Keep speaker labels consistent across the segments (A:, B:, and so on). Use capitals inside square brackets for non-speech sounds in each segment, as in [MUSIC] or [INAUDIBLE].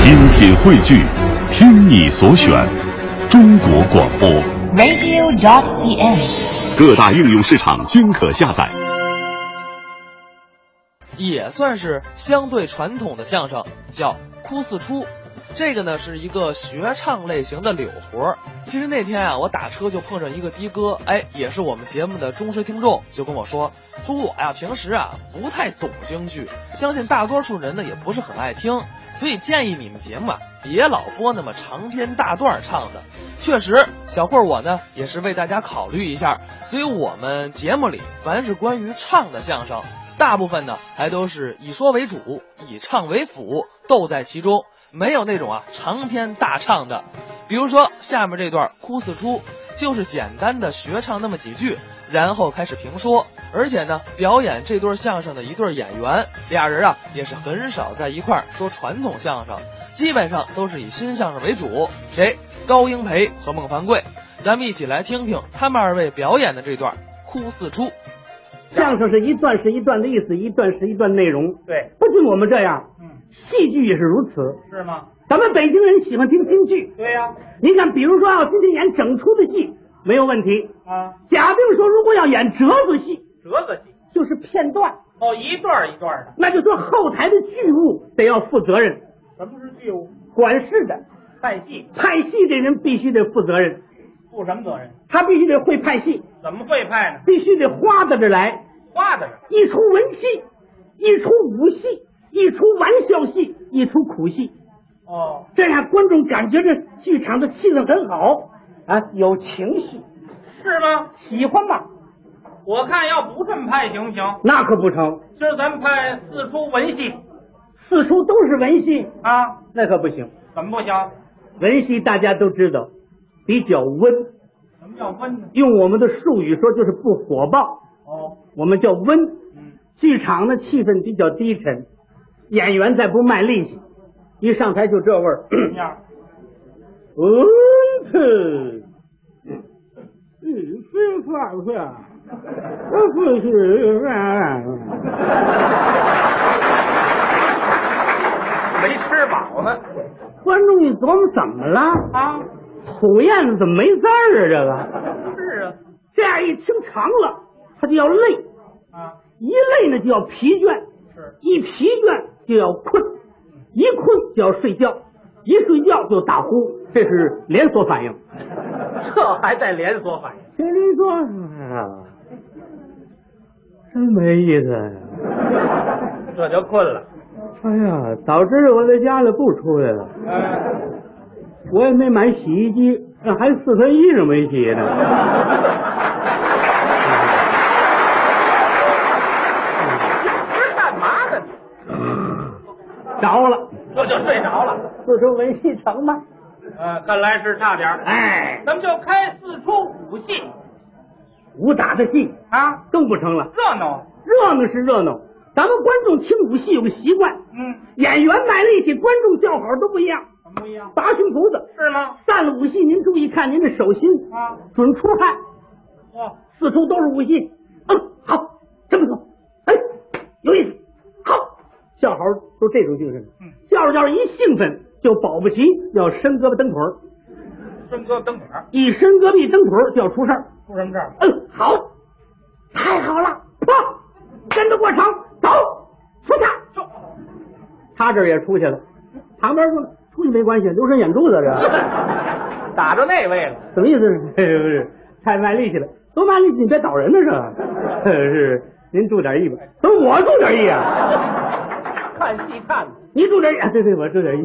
A: 精品汇聚，听你所选，中国广播。
B: radio.cn。
A: 各大应用市场均可下载。
C: 也算是相对传统的相声，叫哭四出。这个呢是一个学唱类型的柳活儿。其实那天啊，我打车就碰上一个的哥，哎，也是我们节目的忠实听众，就跟我说，说我呀平时啊不太懂京剧，相信大多数人呢也不是很爱听，所以建议你们节目啊别老播那么长篇大段儿唱的。确实，小慧儿我呢也是为大家考虑一下，所以我们节目里凡是关于唱的相声，大部分呢还都是以说为主，以唱为辅，斗在其中。没有那种啊长篇大唱的，比如说下面这段哭四出，就是简单的学唱那么几句，然后开始评说。而且呢，表演这对相声的一对演员，俩人啊也是很少在一块儿说传统相声，基本上都是以新相声为主。谁？高英培和孟凡贵。咱们一起来听听他们二位表演的这段哭四出。
D: 相声是一段是一段的意思，一段是一段内容。
E: 对，
D: 不仅我们这样，
E: 嗯，
D: 戏剧也是如此。
E: 是吗？
D: 咱们北京人喜欢听京剧，
E: 对呀、
D: 你看，比如说要今天演整出的戏没有问题。
E: 啊，
D: 假定说如果要演折子戏，
E: 折子戏
D: 就是片段，
E: 哦，一段儿一段儿的。
D: 那就说后台的剧务得要负责任，
E: 什么是剧务？
D: 管事的
E: 派戏，
D: 派戏的人必须得负责任，
E: 负什么责任？
D: 他必须得会派戏，
E: 怎么会派呢？
D: 必须得花的着来，
E: 花的人，
D: 一出文戏，一出武戏，一出玩笑戏，一出苦戏。
E: 哦，
D: 这样观众感觉这剧场的气氛很好啊，有情绪，
E: 是吗？
D: 喜欢吧？
E: 我看要不这么派行不行？
D: 那可不成，
E: 今儿咱们派四出文戏
D: 四出都是文戏，
E: 啊，
D: 那可不行。
E: 怎么不行？
D: 文戏大家都知道，比较温，
E: 什么叫温呢？
D: 用我们的术语说就是不火爆，
E: 哦，
D: 我们叫温。
E: 嗯，
D: 剧场的气氛比较低沉，演员再不卖力气，一上台就这味儿。 [CLEARS THROAT]
E: 什么样？
D: 嗯，哼，嗯，吃饭去，我不吃饭。
E: 没吃饱呢
D: 观众一琢磨，怎么了？
E: 啊？
D: 虎燕子怎么没字儿啊？这个
E: 是啊，
D: 这样一听长了，他就要累，
E: 啊，
D: 一累呢就要疲倦，
E: 是
D: 一疲倦就要困，一困就要睡觉，一睡觉就打呼，这是连锁反应。
E: 这还带连锁反应？
D: 这你说啊，真没意思呀、
E: 这就困了。
D: 哎呀，早知道我在家里不出来了，
E: 嗯，
D: 我也没买洗衣机，还四分衣裳没洗呢。
E: 这干嘛呢？
D: 着了，
E: 这就睡着了。
D: 四出文戏成吗？
E: 呃，看来是差点儿。
D: 哎，
E: 咱们就开四出武戏
D: 武打的戏
E: 啊，
D: 更不成了。
E: 热闹。
D: 热闹是热闹，咱们观众听武戏有个习惯，
E: 嗯，
D: 演员卖力气，观众叫好都不一样，
E: 怎么不一样？
D: 拔胸脯子。
E: 是吗？
D: 散了武戏，您注意看您的手心，
E: 啊，
D: 准出汗。
E: 哦，
D: 四处都是武戏，嗯，好，这么走，哎，有意思，好，笑好都这种精神。
E: 嗯，
D: 笑着笑着一兴奋就保不齐要伸胳膊蹬腿儿，
E: 顺哥蹬腿儿
D: 一伸胳膊一蹬腿儿就要出事儿。
E: 出什么事儿？
D: 嗯，好，太好了，啪，跟着过场，走，出去。他这儿也出去了，旁边说出去没关系，留神眼珠子这，
E: [LAUGHS] 打着那位了。 [LAUGHS]
D: 什么意思？ [LAUGHS] 不是太卖力气了，多卖力气你别倒人呢是吧？ [LAUGHS] 是，您注点意吧。怎么我注点意啊？
E: 看戏看的，
D: 你注点意啊？对对，我注点意。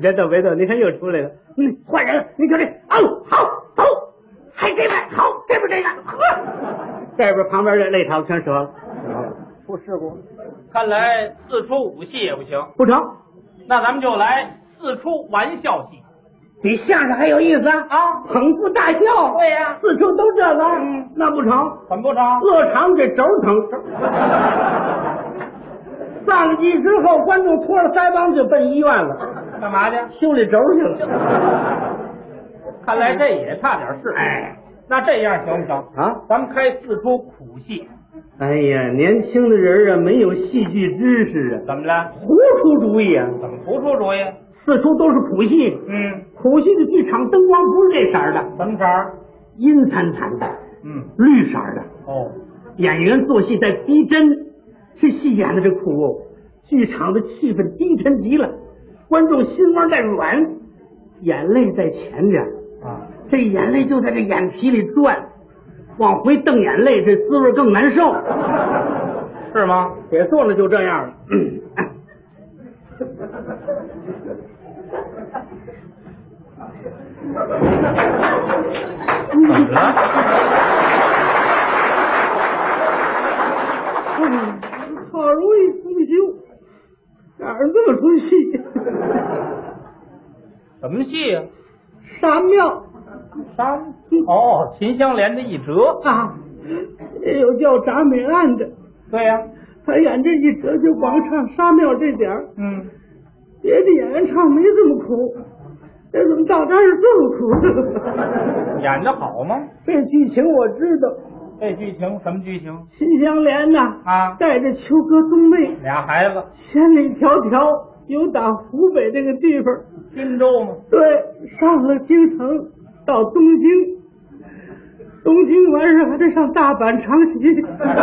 D: 别动别动，您看又出来了。嗯，换人了，您瞧这，哦，好，走，还这边好，这边这个，呵，这边旁边这肋条全折了。出事故
E: 看来四出武戏也不行，
D: 不成，
E: 那咱们就来四出玩笑戏。
D: 比相声还有意思
E: 啊
D: 捧腹大笑。
E: 对呀
D: 四处都这个，
E: 嗯
D: 那不成，
E: 怎么不成？
D: 乐长这轴疼。丧祭之后，观众拖着腮帮子就奔医院了，
E: 干嘛去？
D: 修理轴去了。
E: 看来这也差点事。
D: 哎，
E: 那这样行不行？
D: 啊，
E: 咱们开四出苦戏，
D: 哎呀，年轻的人啊，没有戏剧知识啊，
E: 怎么了？
D: 胡出主意啊！
E: 怎么不出主意？
D: 四四出都是苦戏，
E: 嗯，
D: 苦戏的剧场灯光不是这色儿的，
E: 什么色儿？
D: 阴惨惨的，
E: 嗯，
D: 绿色儿的。
E: 哦，
D: 演员做戏在逼真，这戏演的这苦，哦剧场的气氛低沉极了，观众心窝在软，眼泪在前边，
E: 啊，
D: 这眼泪就在这眼皮里转，往回瞪眼泪，这滋味更难受。
E: 是吗？
D: 写错了就这样了。嗯
E: 怎么了？
D: 哎好容易重修，哪儿那么出戏？
E: 什么戏呀、
D: 沙庙
E: 山哦，秦香莲的一折。
D: 啊，也有叫铡美案的，
E: 对呀、
D: 他演这一折就光唱沙庙这点儿，
E: 嗯，
D: 别的演员唱没这么苦，这怎么到这儿这么苦？ [LAUGHS]
E: 演的好吗？
D: 这剧情我知道，
E: 这剧情什么剧情？
D: 秦香莲呐、
E: 啊
D: 带着秋哥冬妹，
E: 俩孩子，
D: 千里迢迢由打湖北这个地方
E: 荆州吗？
D: 对，上了京城，到东京，东京完事还得上大阪、长崎，
E: 您等会儿，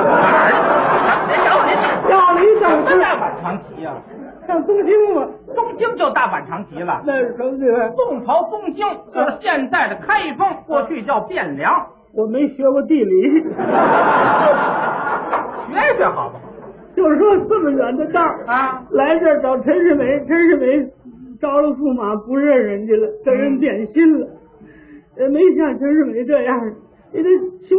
D: 要了一
E: 什
D: 整
E: 么
D: 天
E: 大阪长崎啊？
D: 上东京嘛，
E: 东京就大阪长崎了。
D: 那是什么地方？
E: 宋朝东京就是现在的开封，过去叫汴梁。
D: 我没学过地理，
E: 学学好不好？
D: 就说这么远的道儿
E: 啊，
D: 来这儿找陈世美，陈世美着了驸马不认人家了，给人点心了，呃，没像陈世美这样。你这秋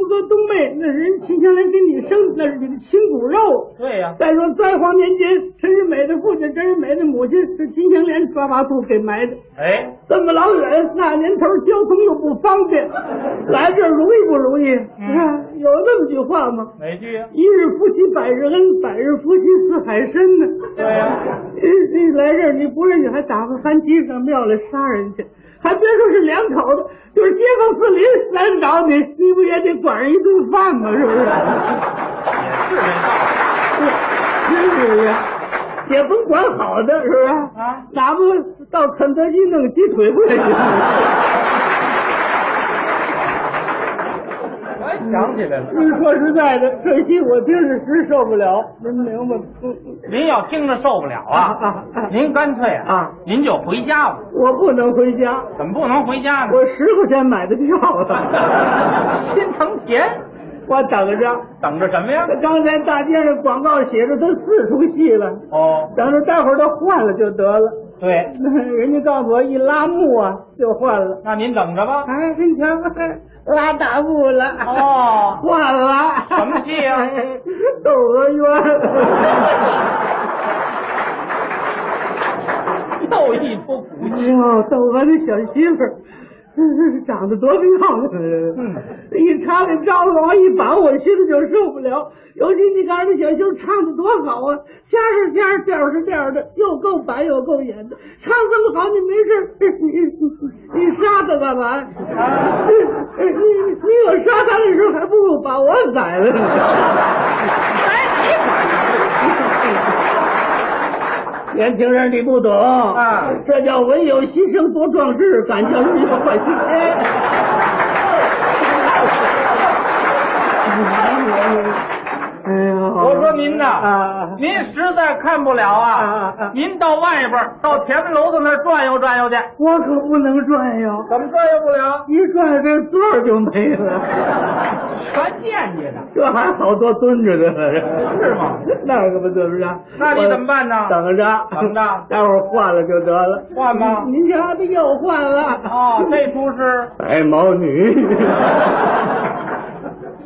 D: 哥冬妹，那人秦香莲给你生，那是你的亲骨肉。
E: 对呀、
D: 再说灾荒年间，陈世美的父亲、陈世美的母亲是秦香莲抓把土给埋的。
E: 哎，
D: 这么老远，那年头交通又不方
E: [LAUGHS]
D: 便，来这儿容易不容易？
E: 嗯
D: 啊有那么句话吗？
E: 哪句呀、
D: 一日夫妻百日恩，百日夫妻似海深呢。
E: 对呀、
D: [LAUGHS] 你你来这儿，你不认识，还打发番鸡上庙来杀人去，还别说是两口子，就是街坊四邻来找你，你不也得管人一顿饭吗？是不是？
E: 也
D: 真
E: 是这道理。
D: 是的，哎也甭管好的，是不是？
E: 啊
D: 哪不到肯德基弄鸡腿不也 [LAUGHS] 行？
E: 我也想起来了，
D: 你说实在的，这戏我听着实受不了，您明白吗？
E: 您要听着受不了
D: 啊
E: 啊
D: 啊，啊
E: 您干脆
D: 啊，
E: 您就回家吧。
D: 我不能回家，
E: 怎么不能回家呢？
D: 我十块钱买的票啊，
E: [LAUGHS]
D: [LAUGHS]
E: 心疼钱，
D: 我等着。
E: 等着什么呀？
D: 刚才大街上广告写着他四出戏了，
E: 哦，
D: 等着待会儿他换了就得了。 [LAUGHS]
E: 对，
D: 人家告诉我一拉幕啊就换了，
E: 那您等着吧。
D: 哎，你瞧，拉大幕了。
E: 哦，
D: 换了，
E: 什么戏啊？
D: [LAUGHS] 窦娥冤。
E: [LAUGHS] 又一出苦
D: 哎呦，窦娥的小媳妇儿，嗯长得多漂亮！
E: 嗯，
D: 一插那招子往一绑，我心里就受不了。尤其你看人家小媳妇唱的多好啊，腔是腔，调是调的，又够白又够演的，唱这么好，你没事儿 [LAUGHS] 你你杀他干嘛？
E: 啊
D: [LAUGHS] 你你你有杀他的时候，还不如把我宰了呢。年轻人，你不懂
E: 啊
D: 这叫文有牺牲多壮志，敢叫日月换新
E: 哎
D: 天。哎呀，
E: 我说您
D: 啊
E: 呐，您实在看不了
D: 啊啊
E: 啊
D: 啊，
E: 您到外边儿到前门楼子那儿转悠转悠去，
D: 我可不能转悠，
E: 怎么转悠不了？
D: 一转悠这座儿就没了。
E: 全惦记着，
D: 这还好多蹲着的呢，
E: 是吗？
D: 那可不怎么着。
E: 那你怎么办呢
D: 我等着，
E: 等着
D: 待会儿换了就得了。
E: 换吧
D: 您瞧，这又换了。
E: 哦，这出是
D: 白毛女。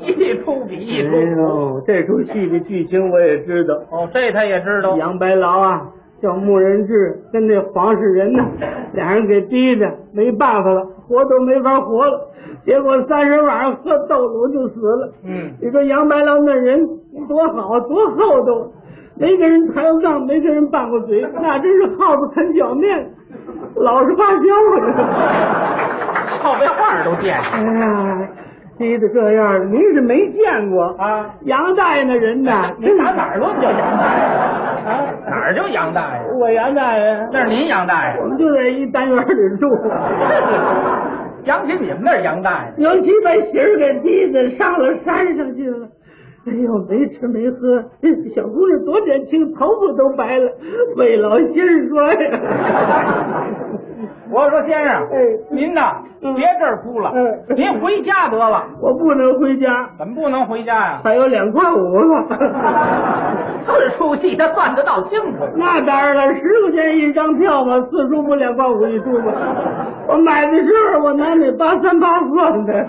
E: 一出比一
D: 哎
E: 出苦。
D: 呦，这出戏的剧情我也知道。
E: 哦，这他也知道。
D: 杨白劳啊，叫穆仁志跟那黄世仁呢，俩人给逼的没办法了，活都没法活了。结果三十晚上喝豆乳就死了。
E: 嗯，
D: 你说杨白劳那人多好，多厚道，啊没跟人抬过杠，没跟人拌过嘴，那真是耗子啃脚面，老实巴交啊！
E: 靠背画都惦记
D: 哎呀，逼得这样了，您是没见过
E: 啊。嗯
D: 杨大爷那人呐，
E: 您打哪儿论就行？啊哪儿就杨大爷？
D: 我杨大爷，
E: 那是您杨大爷
D: 我，们就在一单元里住，
E: 想起你们那是杨大爷，
D: 尤其把媳儿给逼的上了山上去了。哎呦，没吃没喝，小姑娘多年轻，头发都白了，为老心儿说呀。
E: 我说先生
D: 哎，
E: 您呐
D: 嗯
E: 别这儿哭了
D: 嗯，
E: 您回家得了。
D: 我不能回家，
E: 怎么不能回家呀、
D: 还有两块五了。
E: [LAUGHS] 四出戏他算得到清楚。
D: 那当然了，十块钱一张票嘛，四出不两块五一出嘛。我买的时候我拿那八三八算的， [LAUGHS]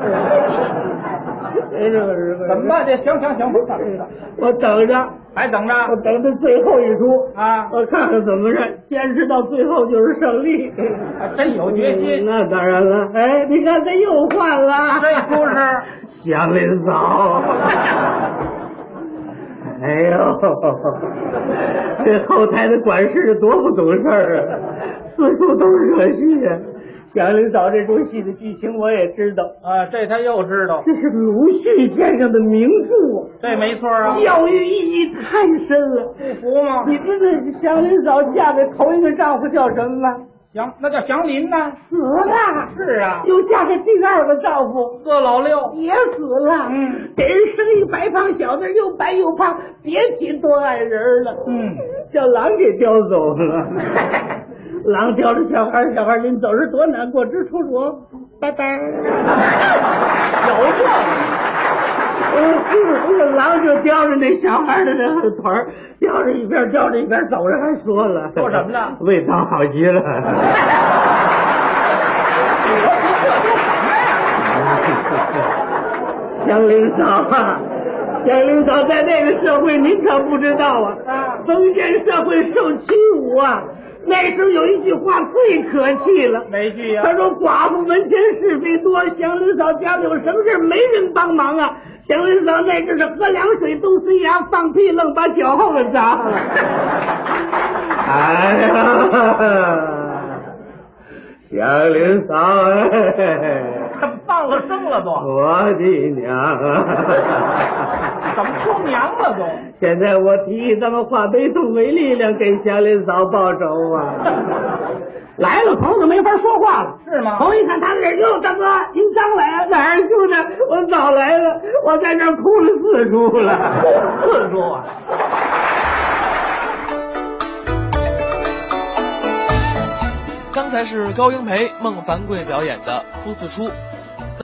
D: 没这个时候
E: 怎么？办？这行行行，嗯
D: 我等着，
E: 还等着
D: 我等着最后一出，
E: 啊？
D: 我看看怎么着，坚持到最后就是胜利。 [LAUGHS]
E: 还真有决
D: 嗯
E: [LAUGHS] 心，
D: 那当然了，哎，你看他又换了，
E: 这不 [LAUGHS]
D: [LAUGHS]
E: 是
D: 祥林嫂。
E: 哦
D: 哎呦，这后台的管事的多不懂事儿啊，四处都惹戏啊。祥林嫂这出戏的剧情我也知道，
E: 啊？这他又知道，
D: 这是鲁迅先生的名著
E: 这没错啊
D: 啊，。教育意义太深了。
E: 不服吗？
D: 你知道祥林嫂嫁给头一个丈夫叫什么吗？
E: 祥，那叫祥林呐。
D: 死了。
E: 是啊，
D: 又嫁给第二个丈夫，
E: 这老六
D: 也死了，
E: 嗯，
D: 给人生一白胖小子，又白又胖，别提多爱人了，
E: 嗯，
D: 叫狼给叼走
E: [LAUGHS]
D: 了，狼叼着小孩儿，小孩儿临走时多难过，直出我拜
E: [LAUGHS]
D: 拜，
E: 有这个
D: 嗯，狼就叼着那小孩儿的那个腿儿，叼着一边儿叼着一边儿走着，还说了
E: 说什么
D: [LAUGHS]
E: 呢
D: 味道好极
E: [LAUGHS]
D: 了。祥林嫂啊，祥林嫂在那个社会您可不知道啊，封建社会受欺侮啊。那时候有一句话最可气了，
E: 哪句呀、
D: 他说：“寡妇门前是非多，祥林嫂家里有什么事儿没人帮忙啊？”祥林嫂那阵是喝凉水、东塞牙、放屁，愣把脚后跟砸了。哎呀，祥林嫂哎。
E: [LAUGHS] 放了生了都，
D: 我的娘啊！
E: 怎么出娘了都？
D: 现在我提议咱们化悲痛为力量，给祥林嫂报仇啊！来了，头子没法说话了。
E: 是吗
D: 头一看他这儿，哟，大哥，您刚来啊？哪儿住的？我早来了，我在这儿哭了四出了。
E: [LAUGHS] 四叔啊，
C: 刚才是高英培、孟凡贵表演的《哭四出》，